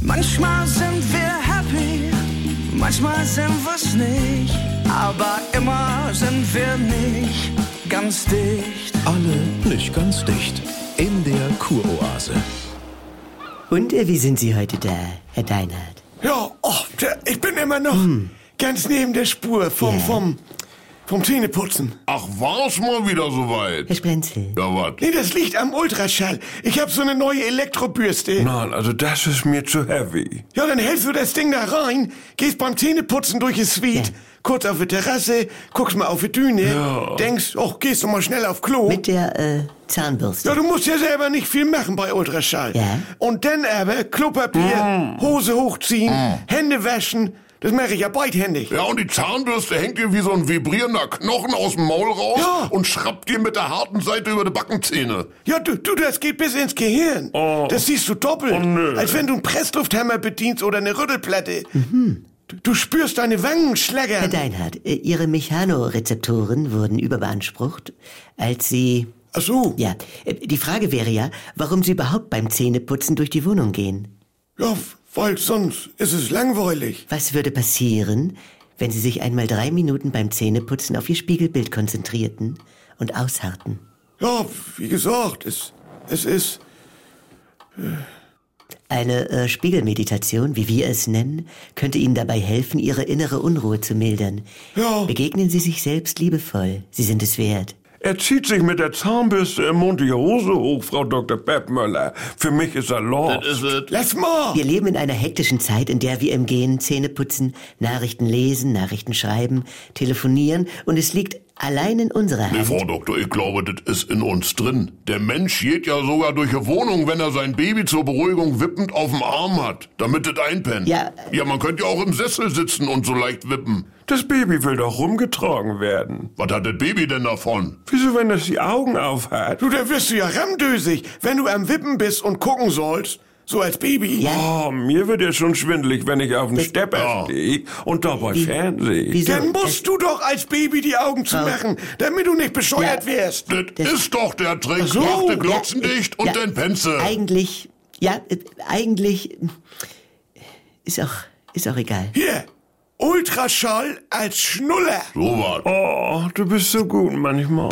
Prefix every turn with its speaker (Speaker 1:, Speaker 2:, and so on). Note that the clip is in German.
Speaker 1: Manchmal sind wir happy, manchmal sind wir's nicht, aber immer sind wir nicht ganz dicht.
Speaker 2: Alle nicht ganz dicht. In der Kuroase.
Speaker 3: Und äh, wie sind Sie heute da, Herr Deinhardt?
Speaker 4: Ja, oh, der- ich bin immer noch ganz neben der Spur vom,
Speaker 3: Hm. Ja.
Speaker 4: vom, vom Zähneputzen.
Speaker 5: Ach, war's mal wieder soweit?
Speaker 4: Äh,
Speaker 3: Herr Sprenzel.
Speaker 5: Ja, was?
Speaker 4: Nee, das liegt am Ultraschall. Ich habe so eine neue Elektrobürste.
Speaker 6: Nein, also das ist mir zu heavy.
Speaker 4: Ja, dann hältst du das Ding da rein, gehst beim Zähneputzen durch die Suite,
Speaker 3: Ja.
Speaker 4: kurz auf die Terrasse, guckst mal auf die Düne, denkst, oh, gehst du mal schnell auf Klo.
Speaker 3: Mit der äh, Zahnbürste.
Speaker 4: ja, du musst ja selber nicht viel machen bei Ultraschall.
Speaker 3: Ja. Mm.
Speaker 4: Und dann aber Klopapier, Hose hochziehen, Hände waschen. Das mache ich ja beidhändig.
Speaker 5: Ja, und die Zahnbürste hängt dir wie so ein vibrierender Knochen aus dem Maul raus
Speaker 4: Ja.
Speaker 5: und schrappt dir mit der harten Seite über die Backenzähne.
Speaker 4: Ja, du, du, das geht bis ins Gehirn. Das siehst du doppelt.
Speaker 6: nö.
Speaker 4: Als wenn du einen Presslufthammer bedienst oder eine Rüttelplatte. Du, du spürst deine Wangen
Speaker 3: Herr
Speaker 4: schlagern.
Speaker 3: Deinhardt, äh, Ihre Mechanorezeptoren wurden überbeansprucht, als Sie...
Speaker 4: Ach so. Ja.
Speaker 3: Ja, äh, die Frage wäre ja, warum Sie überhaupt beim Zähneputzen durch die Wohnung gehen.
Speaker 4: weil sonst ist es langweilig.
Speaker 3: Was würde passieren, wenn Sie sich einmal drei Minuten beim Zähneputzen auf Ihr Spiegelbild konzentrierten und ausharrten?
Speaker 4: Ja, wie gesagt, es, es ist...
Speaker 3: Eine äh, Spiegelmeditation, wie wir es nennen, könnte Ihnen dabei helfen, Ihre innere Unruhe zu mildern.
Speaker 4: Ja.
Speaker 3: Begegnen Sie sich selbst liebevoll. Sie sind es wert.
Speaker 6: Er zieht sich mit der Zahnbürste im Mund die Hose hoch, Frau Dr. Peppmöller. Für mich ist er lost.
Speaker 5: Ist es?
Speaker 4: Lass mal!
Speaker 3: Wir leben in einer hektischen Zeit, in der wir im Gehen Zähne putzen, Nachrichten lesen, Nachrichten schreiben, telefonieren und es liegt allein in unserer
Speaker 5: Nee,
Speaker 3: Hand.
Speaker 5: Frau Doktor, ich glaube, das ist in uns drin. Der Mensch geht ja sogar durch die Wohnung, wenn er sein Baby zur Beruhigung wippend auf dem Arm hat, damit es einpennt.
Speaker 3: Ja, äh-
Speaker 5: Ja, man könnte ja auch im Sessel sitzen und so leicht wippen.
Speaker 6: Das Baby will doch rumgetragen werden.
Speaker 5: Was hat das Baby denn davon?
Speaker 6: Wieso, wenn es die Augen aufhat?
Speaker 4: Du, da wirst du ja ramdösig, wenn du am Wippen bist und gucken sollst. So als Baby.
Speaker 3: Ja.
Speaker 6: Oh, mir wird ja Oh. schon schwindelig, wenn ich auf dem
Speaker 3: Das-
Speaker 6: Stepper
Speaker 5: Ja.
Speaker 6: stehe und dabei Fernseh.
Speaker 3: Wieso?
Speaker 4: Dann
Speaker 3: das-
Speaker 4: musst du doch als Baby die Augen zumachen,
Speaker 6: Oh.
Speaker 4: damit du nicht bescheuert
Speaker 3: Ja.
Speaker 4: wirst.
Speaker 5: Das, ist doch der Trick.
Speaker 3: Ja,
Speaker 5: Mach die
Speaker 3: ja,
Speaker 5: Glotzen dicht und
Speaker 3: ja,
Speaker 5: dann penze.
Speaker 3: Eigentlich, ja, äh, eigentlich äh, ist auch, ist auch egal.
Speaker 4: Hier, Ultraschall als Schnuller.
Speaker 5: So was.
Speaker 6: Oh, du bist so gut manchmal.